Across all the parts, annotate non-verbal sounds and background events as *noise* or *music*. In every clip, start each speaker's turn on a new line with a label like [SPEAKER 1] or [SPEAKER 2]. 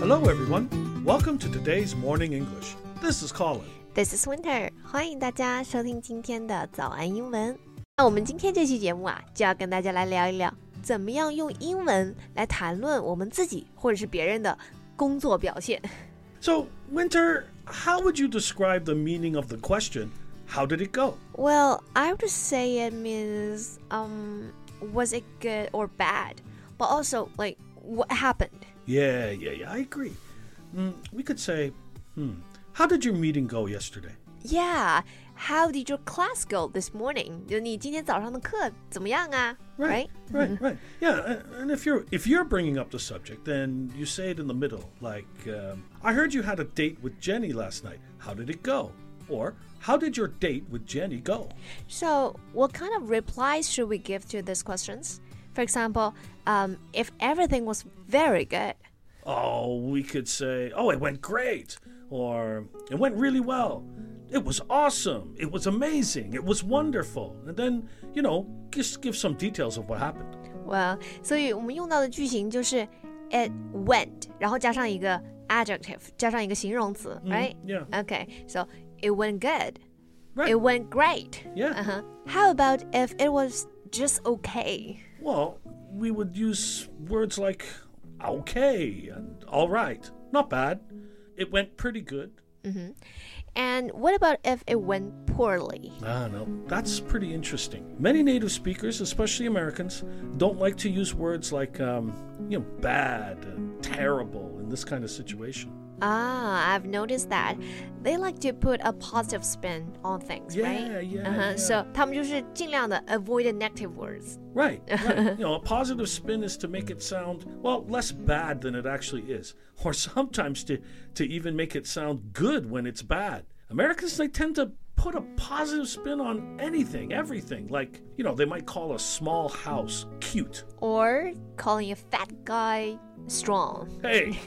[SPEAKER 1] Hello, everyone. Welcome to today's Morning English. This is Colin.
[SPEAKER 2] This is Winter，欢迎大家收听今天的早安英文。那我们今天这期节目啊，就要跟大家来聊一聊，怎么样用英文来谈论我们自己或者是别人的工作表现。
[SPEAKER 1] So, Winter, how would you describe the meaning of the question? How did it go?
[SPEAKER 2] Well, I would say it means um was it good or bad, but also like what happened.
[SPEAKER 1] Yeah, yeah, yeah, I agree. Mm, we could say, hmm, how did your meeting go yesterday?
[SPEAKER 2] Yeah, how did your class go this morning? 就你今天早上的课怎么样啊
[SPEAKER 1] right, right. Yeah, a- and if you're if you're bringing up the subject, then you say it in the middle, like, um, "I heard you had a date with Jenny last night. How did it go?" Or, "How did your date with Jenny go?"
[SPEAKER 2] So, what kind of replies should we give to these questions? For example, um, if everything was very good,
[SPEAKER 1] Oh, we could say, oh, it went great, or it went really well. It was awesome. It was amazing. It was wonderful. And then, you know, just give some details of what happened.
[SPEAKER 2] well, 所以我们用到的句型就是 it went，然后加上一个 adjective，加上一个形容词、r i g h
[SPEAKER 1] yeah.
[SPEAKER 2] t Okay, so it went good,
[SPEAKER 1] Right.
[SPEAKER 2] it went great.
[SPEAKER 1] Yeah.
[SPEAKER 2] Uh-huh. How about if it was just okay?
[SPEAKER 1] Well, we would use words like okay and all right. Not bad. It went pretty good.
[SPEAKER 2] And what about if it went poorly?
[SPEAKER 1] Ah, no, that's pretty interesting. Many native speakers, especially Americans, don't like to use words like, um, you know, bad and terrible in this kind of situation.
[SPEAKER 2] Ah, I've noticed that. They like to put a positive spin on things,
[SPEAKER 1] Yeah,
[SPEAKER 2] right?
[SPEAKER 1] yeah,
[SPEAKER 2] Uh-huh,
[SPEAKER 1] yeah.
[SPEAKER 2] So 他们就是尽量的 avoid negative words.
[SPEAKER 1] Right, right. you know, a positive spin is to make it sound well less bad than it actually is, *laughs* or sometimes to to even make it sound good when it's bad. Americans they tend to put a positive spin on anything, everything. Like you know, they might call a small house cute.
[SPEAKER 2] Or calling a fat guy strong.
[SPEAKER 1] Hey,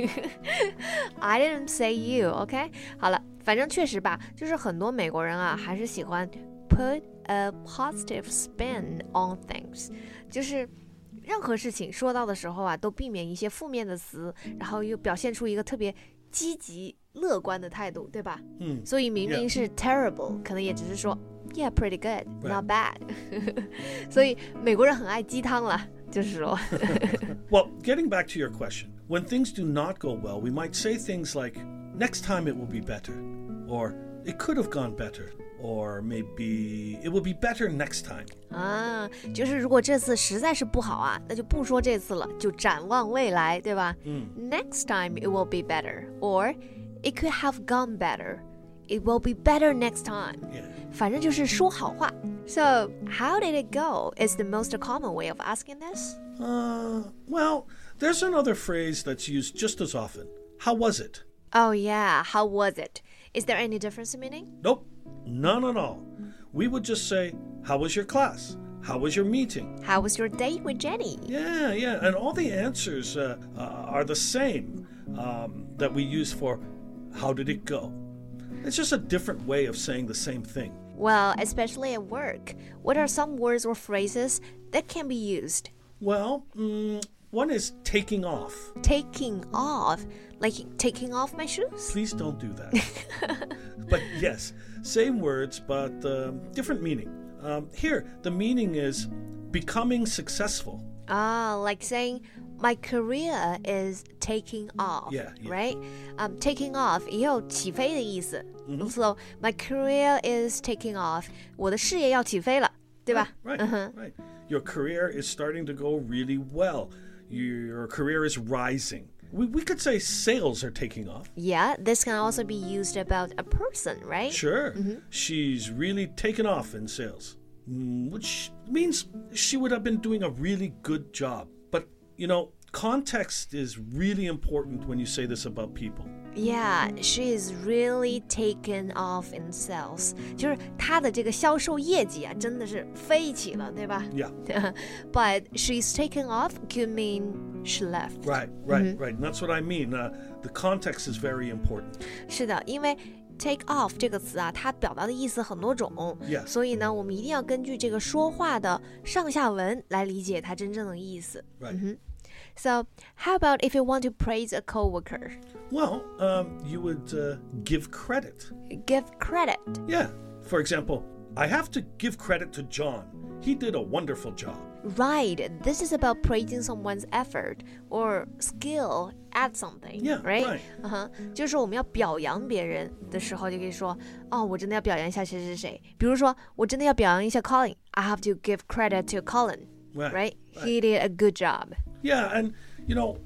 [SPEAKER 2] I didn't say you, OK？好了，反正确实吧，就是很多美国人啊，还是喜欢 put a positive spin on things，就是任何事情说到的时候啊，都避免一些负面的词，然后又表现出一个特别积极乐观的态度，对吧？
[SPEAKER 1] 嗯
[SPEAKER 2] 所以明
[SPEAKER 1] yeah
[SPEAKER 2] 明是 terrible，、可能也只是说 yeah pretty good,
[SPEAKER 1] Right
[SPEAKER 2] not bad 。 *laughs* 所以美国人很爱鸡汤了，就是说。
[SPEAKER 1] well, getting back to your question, when things do not go well, we might say things like "next time it will be better," or "it could have gone better," or maybe "it will be better next time."
[SPEAKER 2] 啊，就是如果这次实在是不好啊，那就不说这次了，就展望未来，对吧？嗯。Next time it will be better, or it could have gone better. It will be better next time.
[SPEAKER 1] Yeah.
[SPEAKER 2] 反正就是说好话。So how did it go? Is the most common way of asking this.
[SPEAKER 1] Uh, well, there's another phrase that's used just as often. How was it?
[SPEAKER 2] Oh yeah, how was it? Is there any difference in meaning?
[SPEAKER 1] Nope, none at all. We would just say, How was your class? How was your meeting?
[SPEAKER 2] How was your date with Jenny?
[SPEAKER 1] Yeah, yeah, and all the answers uh, uh, are the same um, that we use for How did it go? It's just a different way of saying the same thing.
[SPEAKER 2] Well, especially at work, what are some words or phrases that can be used?
[SPEAKER 1] Well, mm, one is taking off.
[SPEAKER 2] taking off, like taking off my shoes.
[SPEAKER 1] Please don't do that. but yes, same words, but um different meaning. Um, here, the meaning is becoming successful.
[SPEAKER 2] Ah, like saying my career is taking off.
[SPEAKER 1] Yeah, yeah.
[SPEAKER 2] Right? Um, taking off 也有起飞的意思。So
[SPEAKER 1] Mm-hmm.
[SPEAKER 2] my career is taking off. 我的事业要起飞了，对吧？
[SPEAKER 1] Right, right. Your career is starting to go really well. Your career is rising. We, we could say sales are taking off.
[SPEAKER 2] Yeah, this can also be used about a person, right?
[SPEAKER 1] Sure. She's really taken off in sales, Mm, which means she would have been doing a really good job. But, you know, context is really important when you say this about people.
[SPEAKER 2] Yeah, she is really taken off in sales. 就是她的这个销售业绩啊，真的是飞起了，对吧？
[SPEAKER 1] Yeah.
[SPEAKER 2] *laughs* but she's taken off could mean she left.
[SPEAKER 1] Right, right, right. And that's what I mean. Uh, the context is very important.
[SPEAKER 2] 是的，因为 take off 这个词啊，它表达的意思很多种，
[SPEAKER 1] Yes.
[SPEAKER 2] 所以呢，我们一定要根据这个说话的上下文来理解它真正的意思。
[SPEAKER 1] Right.
[SPEAKER 2] 嗯哼 So, how about if you want to praise a coworker,
[SPEAKER 1] Well, um, you would uh, give credit.
[SPEAKER 2] give credit?
[SPEAKER 1] Yeah. For example, I have to give credit to John. He did a wonderful job.
[SPEAKER 2] Right. This is about praising someone's effort or skill at something.
[SPEAKER 1] Yeah,
[SPEAKER 2] right.
[SPEAKER 1] right.
[SPEAKER 2] 嗯哼，就是我们要表扬别人的时候，就可以说，哦，我真的要表扬一下谁谁谁。比如说，我真的要表扬一下 Colin。I have to give credit to Colin.
[SPEAKER 1] Right,
[SPEAKER 2] Right.
[SPEAKER 1] right.
[SPEAKER 2] He did a good job.
[SPEAKER 1] Yeah, and you know,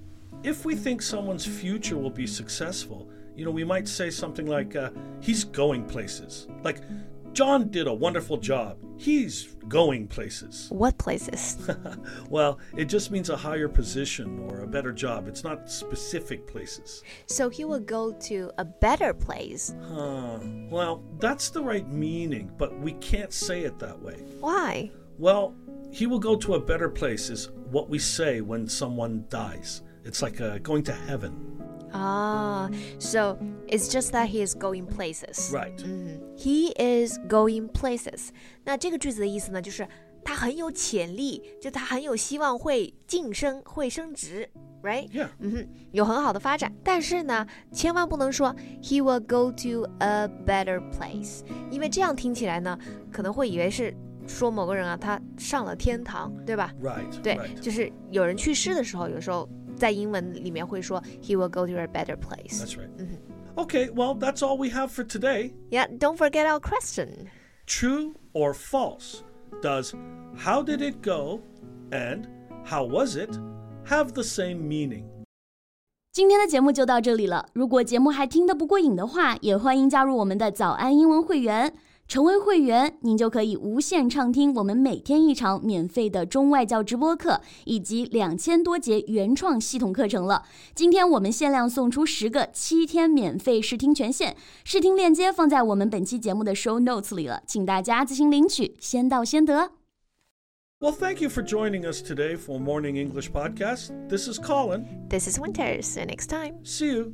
[SPEAKER 1] if we think someone's future will be successful, you know, we might say something like, uh, "He's going places." Like, John did a wonderful job. He's going places. *laughs*
[SPEAKER 2] What places?
[SPEAKER 1] Well, it just means a higher position or a better job. It's not specific places.
[SPEAKER 2] so he will go to a better place.
[SPEAKER 1] Huh. Uh, Well, that's the right meaning, but we can't say it that way.
[SPEAKER 2] Why?
[SPEAKER 1] Well, he will go to a better place is what we say when someone dies. It's like uh, going to heaven.
[SPEAKER 2] Ah, so it's just that he is going places.
[SPEAKER 1] Right.
[SPEAKER 2] He is going places。那这个句子的意思呢，就是他很有潜力，就他很有希望会晋升、会升职，right？
[SPEAKER 1] Yeah.
[SPEAKER 2] 嗯哼，有很好的发展。但是呢，千万不能说 he will go to a better place，因为这样听起来呢，可能会以为是说某个人啊，他上了天堂，对吧？
[SPEAKER 1] Right.
[SPEAKER 2] 对，
[SPEAKER 1] Right.
[SPEAKER 2] 就是有人去世的时候，有时候在英文里面会说 he will go to a better place。
[SPEAKER 1] That's right. Okay, well, that's all we have for today.
[SPEAKER 2] Yeah, don't forget our question.
[SPEAKER 1] True or false? Does how did it go and how was it have the same meaning?
[SPEAKER 3] 今天的节目就到这里了。如果节目还听得不过瘾的话，也欢迎加入我们的早安英文会员。成为会员，您就可以无限畅听我们每天一场免费的中外教直播课，以及两千多节原创系统课程了。今天我们限量送出十个七天免费试听权限，试听链接放在我们本期节目的 show notes 里了，请大家自行领取，先到先得。
[SPEAKER 1] Well, thank you for joining us today for Morning English Podcast. This is Colin.
[SPEAKER 2] This is Winter. See you next time.
[SPEAKER 1] See you.